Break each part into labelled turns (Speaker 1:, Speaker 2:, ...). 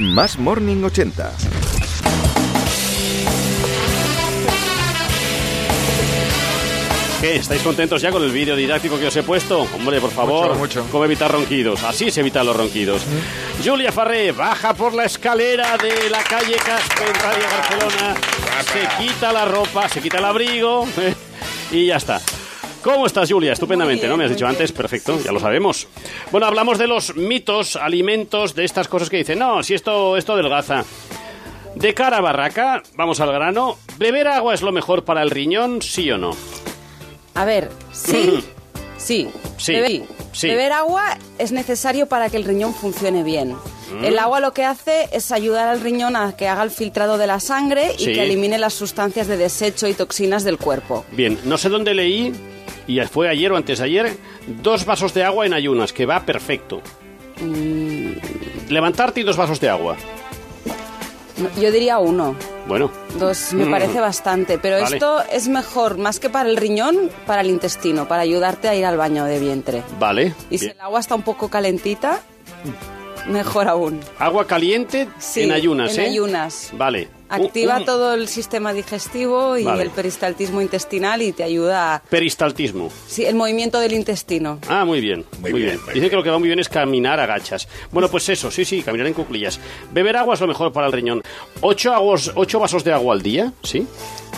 Speaker 1: Más Morning 80.
Speaker 2: ¿Qué? ¿Estáis contentos ya con el vídeo didáctico que os he puesto? Hombre, por favor,
Speaker 3: Mucho, mucho.
Speaker 2: ¿cómo evitar ronquidos? Así se evitan los ronquidos. Julia Farré baja por la escalera de la calle Caspe en Radio Barcelona, se quita la ropa, se quita el abrigo ¿eh? y ya está. ¿Cómo estás, Julia? Estupendamente, ¿no? Me has dicho antes, perfecto, ya lo sabemos. Bueno, hablamos de los mitos, alimentos, de estas cosas que dicen, no, si esto, esto delgaza. De cara a barraca, vamos al grano, ¿beber agua es lo mejor para el riñón, sí o no?
Speaker 4: A ver, sí, sí,
Speaker 2: Mm. Sí,
Speaker 4: Beber,
Speaker 2: sí.
Speaker 4: beber agua es necesario para que el riñón funcione bien.
Speaker 2: Mm.
Speaker 4: El agua lo que hace es ayudar al riñón a que haga el filtrado de la sangre y
Speaker 2: Sí.
Speaker 4: que elimine las sustancias de desecho y toxinas del cuerpo.
Speaker 2: Bien, no sé dónde leí, y fue ayer o antes de ayer, dos vasos de agua en ayunas, que va perfecto. Mm, Levantarte y dos vasos de agua.
Speaker 4: Yo diría uno,
Speaker 2: Bueno,
Speaker 4: dos, me
Speaker 2: Mm.
Speaker 4: parece bastante, pero
Speaker 2: Vale.
Speaker 4: esto es mejor más que para el riñón, para el intestino, para ayudarte a ir al baño de vientre.
Speaker 2: vale.
Speaker 4: Y si
Speaker 2: bien.
Speaker 4: el agua está un poco calentita, mejor aún.
Speaker 2: Agua caliente
Speaker 4: Sí,
Speaker 2: en ayunas,
Speaker 4: en
Speaker 2: ¿eh?
Speaker 4: ayunas.
Speaker 2: Vale.
Speaker 4: Activa
Speaker 2: Un- un
Speaker 4: todo el sistema digestivo y
Speaker 2: Vale.
Speaker 4: el peristaltismo intestinal y te ayuda a-
Speaker 2: Peristaltismo.
Speaker 4: sí, el movimiento del intestino.
Speaker 2: Ah, muy bien. Muy,
Speaker 3: Muy
Speaker 2: bien.
Speaker 3: bien, muy
Speaker 2: Dicen que lo que va muy bien es caminar a gachas. Bueno, pues eso, sí, sí, caminar en cuclillas. Beber agua es lo mejor para el riñón. Ocho, aguas- ocho vasos de agua al día, ¿sí?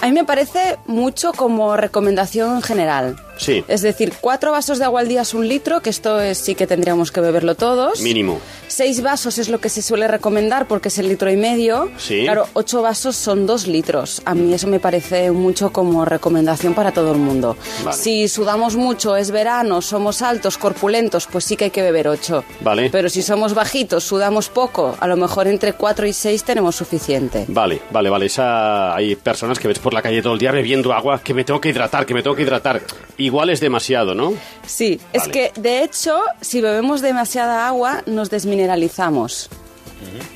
Speaker 4: A mí me parece mucho como recomendación general.
Speaker 2: Sí.
Speaker 4: Es decir, cuatro vasos de agua al día es un litro, que esto es- sí que tendríamos que beberlo todos.
Speaker 2: Mínimo.
Speaker 4: Seis vasos es lo que se suele recomendar porque es el litro y medio.
Speaker 2: Sí.
Speaker 4: Claro, ocho vasos son dos litros. A mí eso me parece mucho como recomendación para todo el mundo.
Speaker 2: Vale.
Speaker 4: Si sudamos mucho, es verano, somos altos, corpulentos, pues sí que hay que beber ocho.
Speaker 2: Vale.
Speaker 4: Pero si somos bajitos, sudamos poco, a lo mejor entre cuatro y seis tenemos suficiente.
Speaker 2: Vale, vale, vale. Esa... Hay personas que ves por la calle todo el día bebiendo agua, que me tengo que hidratar, que me tengo que hidratar. Igual es demasiado, ¿no?
Speaker 4: Sí, es
Speaker 2: Vale.
Speaker 4: que de hecho, si bebemos demasiada agua, nos desmineralizamos.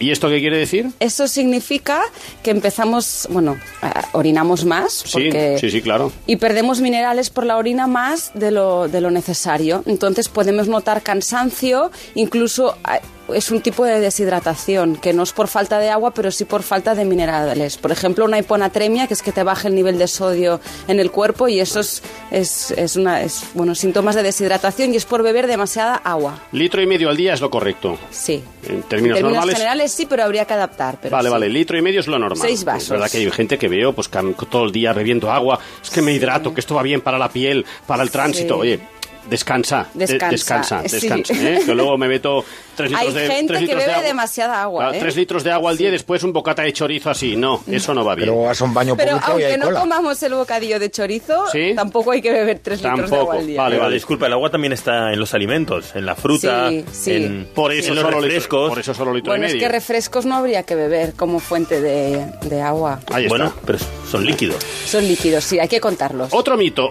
Speaker 2: ¿Y esto qué quiere decir?
Speaker 4: Eso significa que empezamos, bueno, a- orinamos más.
Speaker 2: Sí,
Speaker 4: porque
Speaker 2: sí, sí, claro.
Speaker 4: Y perdemos minerales por la orina más de lo, de lo necesario. Entonces podemos notar cansancio, incluso ah, es un tipo de deshidratación, que no es por falta de agua, pero sí por falta de minerales. Por ejemplo, una hiponatremia, que es que te baja el nivel de sodio en el cuerpo y eso es, es, es una, es, bueno, síntomas de deshidratación y es por beber demasiada agua.
Speaker 2: Litro y medio al día es lo correcto.
Speaker 4: Sí.
Speaker 2: En términos normales.
Speaker 4: generales sí, pero habría que adaptar. pero
Speaker 2: vale,
Speaker 4: sí.
Speaker 2: vale, litro y medio es lo normal.
Speaker 4: Seis vasos.
Speaker 2: Es verdad que hay gente que veo pues cam- todo el día bebiendo agua, es que me hidrato, que esto va bien para la piel, para el tránsito.
Speaker 4: Sí.
Speaker 2: Oye, descansa, de-
Speaker 4: Descansa,
Speaker 2: descansa,
Speaker 4: sí.
Speaker 2: descansa, ¿eh? que luego me meto tres
Speaker 4: Hay
Speaker 2: litros de
Speaker 4: gente
Speaker 2: tres
Speaker 4: que
Speaker 2: litros de
Speaker 4: bebe
Speaker 2: agua.
Speaker 4: demasiada agua,
Speaker 2: Claro,
Speaker 4: ¿eh?
Speaker 2: Tres litros de agua al día y después un bocata de chorizo así. No, eso no va bien.
Speaker 3: Pero vas a un baño
Speaker 4: Pero
Speaker 3: público y
Speaker 4: aunque
Speaker 3: hay
Speaker 4: no
Speaker 3: cola.
Speaker 4: comamos el bocadillo de chorizo,
Speaker 2: Sí.
Speaker 4: tampoco hay que beber tres litros de agua
Speaker 2: Tampoco.
Speaker 4: al día.
Speaker 2: Vale,
Speaker 5: Pero
Speaker 2: vale.
Speaker 5: disculpa, el agua también está en los alimentos, en la fruta,
Speaker 4: Sí, sí.
Speaker 5: en,
Speaker 2: Por eso,
Speaker 5: en los
Speaker 2: solo litro,
Speaker 5: refrescos.
Speaker 2: por eso solo litro
Speaker 4: Bueno,
Speaker 2: y
Speaker 4: es
Speaker 2: medio.
Speaker 4: que refrescos no habría que beber como fuente de, de agua.
Speaker 2: Ahí está.
Speaker 5: bueno, pero son líquidos.
Speaker 4: Son líquidos, sí, hay que contarlos.
Speaker 2: Otro mito.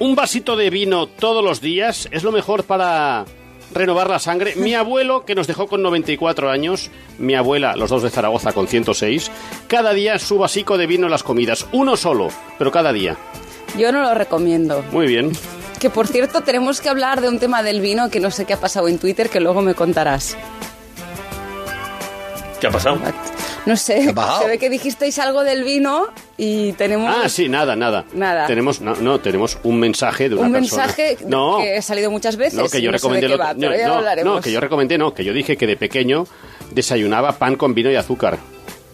Speaker 2: Un vasito de vino todos los días es lo mejor para renovar la sangre. Mi abuelo, que nos dejó con 94 años, mi abuela, los dos de Zaragoza, con 106, cada día su vasico de vino en las comidas. Uno solo, pero cada día.
Speaker 4: Yo no lo recomiendo.
Speaker 2: Muy bien.
Speaker 4: Que por cierto, tenemos que hablar de un tema del vino que no sé qué ha pasado en Twitter, que luego me contarás.
Speaker 5: ¿Qué ha pasado?
Speaker 4: No sé,
Speaker 3: ha pasado?
Speaker 4: se ve que dijisteis algo del vino y tenemos
Speaker 2: Ah, sí, nada, nada.
Speaker 4: Nada.
Speaker 2: Tenemos, no, no, tenemos un mensaje de una
Speaker 4: un
Speaker 2: persona.
Speaker 4: mensaje
Speaker 2: no.
Speaker 4: que ha salido muchas veces.
Speaker 2: No, que yo
Speaker 4: y no sé de
Speaker 2: recomendé
Speaker 4: qué
Speaker 2: el
Speaker 4: va,
Speaker 2: otro-
Speaker 4: pero ya lo
Speaker 2: no,
Speaker 4: hablaremos.
Speaker 2: no, que yo recomendé no, que yo dije que de pequeño desayunaba pan con vino y azúcar.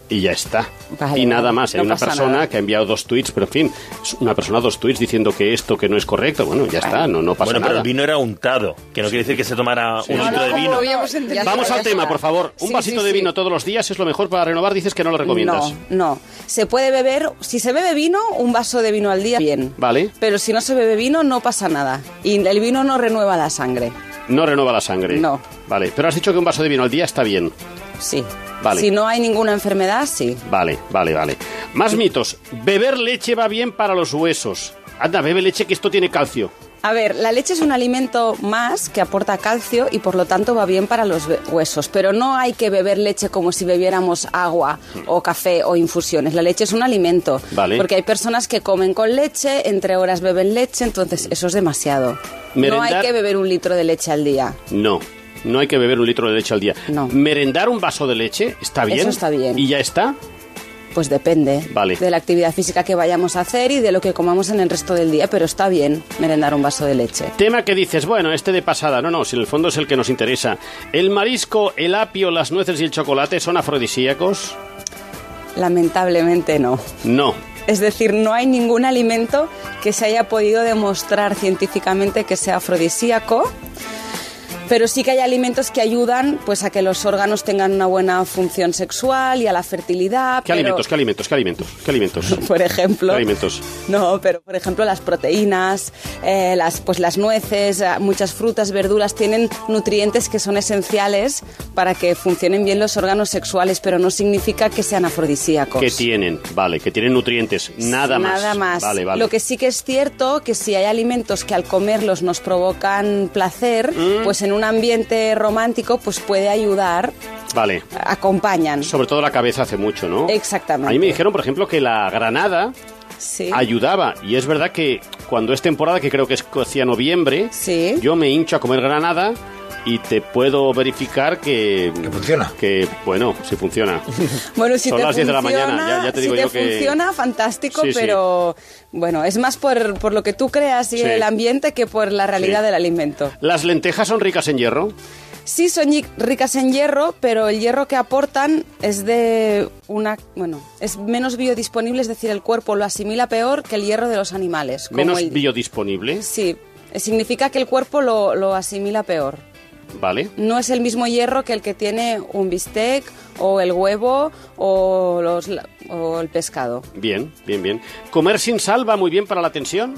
Speaker 2: Y ya está.
Speaker 4: Vale,
Speaker 2: y nada más.
Speaker 4: no
Speaker 2: Hay una
Speaker 4: pasa
Speaker 2: persona
Speaker 4: nada.
Speaker 2: que ha enviado dos tweets, pero en fin, es una persona dos tweets diciendo que esto que no es correcto. Bueno, ya está, no, no pasa
Speaker 5: Bueno, pero
Speaker 2: nada.
Speaker 5: el vino era untado, que no quiere decir que se tomara un
Speaker 4: No,
Speaker 5: litro
Speaker 4: no,
Speaker 5: de
Speaker 4: como
Speaker 5: vino.
Speaker 4: habíamos entendido.
Speaker 2: Vamos
Speaker 4: Ya
Speaker 2: al
Speaker 4: está.
Speaker 2: tema, por favor. Un
Speaker 4: Sí,
Speaker 2: vasito
Speaker 4: sí,
Speaker 2: de
Speaker 4: sí.
Speaker 2: vino todos los días es lo mejor para renovar. Dices que no lo recomiendas.
Speaker 4: No, no. Se puede beber, si se bebe vino, un vaso de vino al día, bien.
Speaker 2: Vale.
Speaker 4: Pero si no se bebe vino, no pasa nada. Y el vino no renueva la sangre.
Speaker 2: No renueva la sangre.
Speaker 4: No.
Speaker 2: Vale, pero has dicho que un vaso de vino al día está bien.
Speaker 4: Sí.
Speaker 2: Vale.
Speaker 4: Si no hay ninguna enfermedad, sí.
Speaker 2: Vale, vale, vale. Más mitos. Beber leche va bien para los huesos. Anda, bebe leche que esto tiene calcio.
Speaker 4: A ver, la leche es un alimento más que aporta calcio y por lo tanto va bien para los be- huesos, pero no hay que beber leche como si bebiéramos agua o café o infusiones. La leche es un alimento,
Speaker 2: Mm. Vale.
Speaker 4: porque hay personas que comen con leche, entre horas beben leche, entonces eso es demasiado. No
Speaker 2: Merendar-
Speaker 4: hay que beber un litro de leche al día.
Speaker 2: No. No hay que beber un litro de leche al día.
Speaker 4: No.
Speaker 2: Merendar un vaso de leche está bien.
Speaker 4: Eso está bien.
Speaker 2: Y ya está.
Speaker 4: Pues depende
Speaker 2: Vale.
Speaker 4: de la actividad física que vayamos a hacer y de lo que comamos en el resto del día, pero está bien merendar un vaso de leche.
Speaker 2: Tema que dices, bueno, este de pasada. No, no, si en el fondo es el que nos interesa. ¿El marisco, el apio, las nueces y el chocolate son afrodisíacos?
Speaker 4: Lamentablemente no.
Speaker 2: No.
Speaker 4: Es decir, no hay ningún alimento que se haya podido demostrar científicamente que sea afrodisíaco, pero sí que hay alimentos que ayudan pues, a que los órganos tengan una buena función sexual y a la fertilidad.
Speaker 2: ¿Qué
Speaker 4: pero-
Speaker 2: alimentos? ¿Qué alimentos? ¿Qué alimentos? ¿Qué alimentos?
Speaker 4: Por ejemplo.
Speaker 2: ¿Qué alimentos?
Speaker 4: No, pero por ejemplo las proteínas, eh, las, pues las nueces, eh, muchas frutas, verduras tienen nutrientes que son esenciales para que funcionen bien los órganos sexuales, pero no significa que sean afrodisíacos.
Speaker 2: ¿Qué tienen? Vale, que tienen nutrientes. Nada más.
Speaker 4: Nada más.
Speaker 2: Vale, vale.
Speaker 4: Lo que sí que es cierto que si hay alimentos que al comerlos nos provocan placer,
Speaker 2: Mm.
Speaker 4: pues en un ambiente romántico pues puede ayudar,
Speaker 2: Vale.
Speaker 4: acompañan.
Speaker 2: Sobre todo la cabeza hace mucho, ¿no?
Speaker 4: Exactamente.
Speaker 2: A mí me dijeron, por ejemplo, que la granada
Speaker 4: Sí.
Speaker 2: ayudaba. Y es verdad que cuando es temporada, que creo que es hacia noviembre,
Speaker 4: Sí.
Speaker 2: yo me hincho a comer granada y te puedo verificar que...
Speaker 1: Que funciona.
Speaker 2: Que, bueno, sí funciona.
Speaker 4: Bueno, si
Speaker 2: Son
Speaker 4: te
Speaker 2: las 10 de
Speaker 4: funciona,
Speaker 2: la mañana, ya- ya te digo
Speaker 4: si
Speaker 2: yo
Speaker 4: te
Speaker 2: que-
Speaker 4: funciona, fantástico,
Speaker 2: Sí, sí.
Speaker 4: pero bueno, es más por, por lo que tú creas y
Speaker 2: Sí.
Speaker 4: el ambiente que por la realidad
Speaker 2: Sí.
Speaker 4: del alimento.
Speaker 2: ¿Las lentejas son ricas en hierro?
Speaker 4: Sí, son yi- ricas en hierro, pero el hierro que aportan es de una, bueno, es menos biodisponible, es decir, el cuerpo lo asimila peor que el hierro de los animales. como
Speaker 2: Menos
Speaker 4: el-
Speaker 2: biodisponible,
Speaker 4: Sí, significa que el cuerpo lo, lo asimila peor.
Speaker 2: ¿vale?
Speaker 4: no es el mismo hierro que el que tiene un bistec o el huevo o, los la- o el pescado.
Speaker 2: Bien, bien, bien. ¿Comer sin sal va muy bien para la tensión?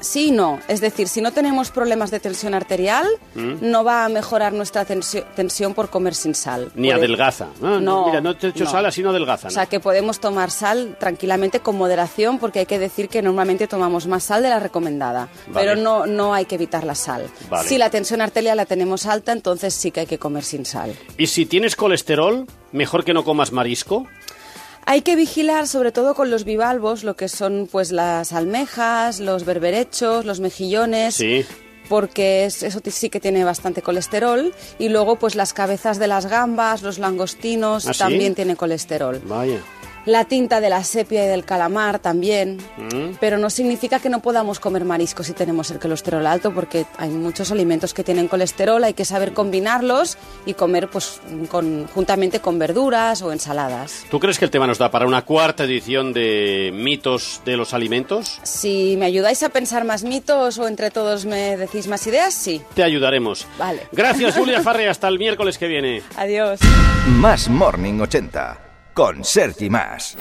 Speaker 4: Sí y no. Es decir, si no tenemos problemas de tensión arterial,
Speaker 2: Mm.
Speaker 4: no va a mejorar nuestra tensio- tensión por comer sin sal.
Speaker 2: Ni
Speaker 4: Puede-
Speaker 2: adelgaza. Ah, No, no, mira, no te echo
Speaker 4: Pues, no.
Speaker 2: sal, así no adelgaza.
Speaker 4: O
Speaker 2: ¿no?
Speaker 4: sea, que podemos tomar sal tranquilamente con moderación porque hay que decir que normalmente tomamos más sal de la recomendada.
Speaker 2: Vale.
Speaker 4: Pero no, no hay que evitar la sal.
Speaker 2: Vale.
Speaker 4: Si la tensión arterial la tenemos alta, entonces sí que hay que comer sin sal.
Speaker 2: Y si tienes colesterol, mejor que no comas marisco.
Speaker 4: Hay que vigilar, sobre todo con los bivalvos, lo que son pues las almejas, los berberechos, los mejillones.
Speaker 2: Sí.
Speaker 4: Porque es- eso ti- sí que tiene bastante colesterol. Y luego, pues las cabezas de las gambas, los langostinos,
Speaker 2: ¿Ah, sí?
Speaker 4: también tiene colesterol.
Speaker 2: Vaya.
Speaker 4: La tinta de la sepia y del calamar también.
Speaker 2: Mm.
Speaker 4: Pero no significa que no podamos comer marisco si tenemos el colesterol alto, porque hay muchos alimentos que tienen colesterol, hay que saber combinarlos y comer pues con- juntamente con verduras o ensaladas.
Speaker 2: ¿Tú crees que el tema nos da para una cuarta edición de mitos de los alimentos?
Speaker 4: Si me ayudáis a pensar más mitos o entre todos me decís más ideas, sí.
Speaker 2: Te ayudaremos.
Speaker 4: Vale.
Speaker 2: Gracias, Julia Farre. Hasta el miércoles que viene.
Speaker 4: Adiós.
Speaker 3: Más Morning 80 con Sergi Más.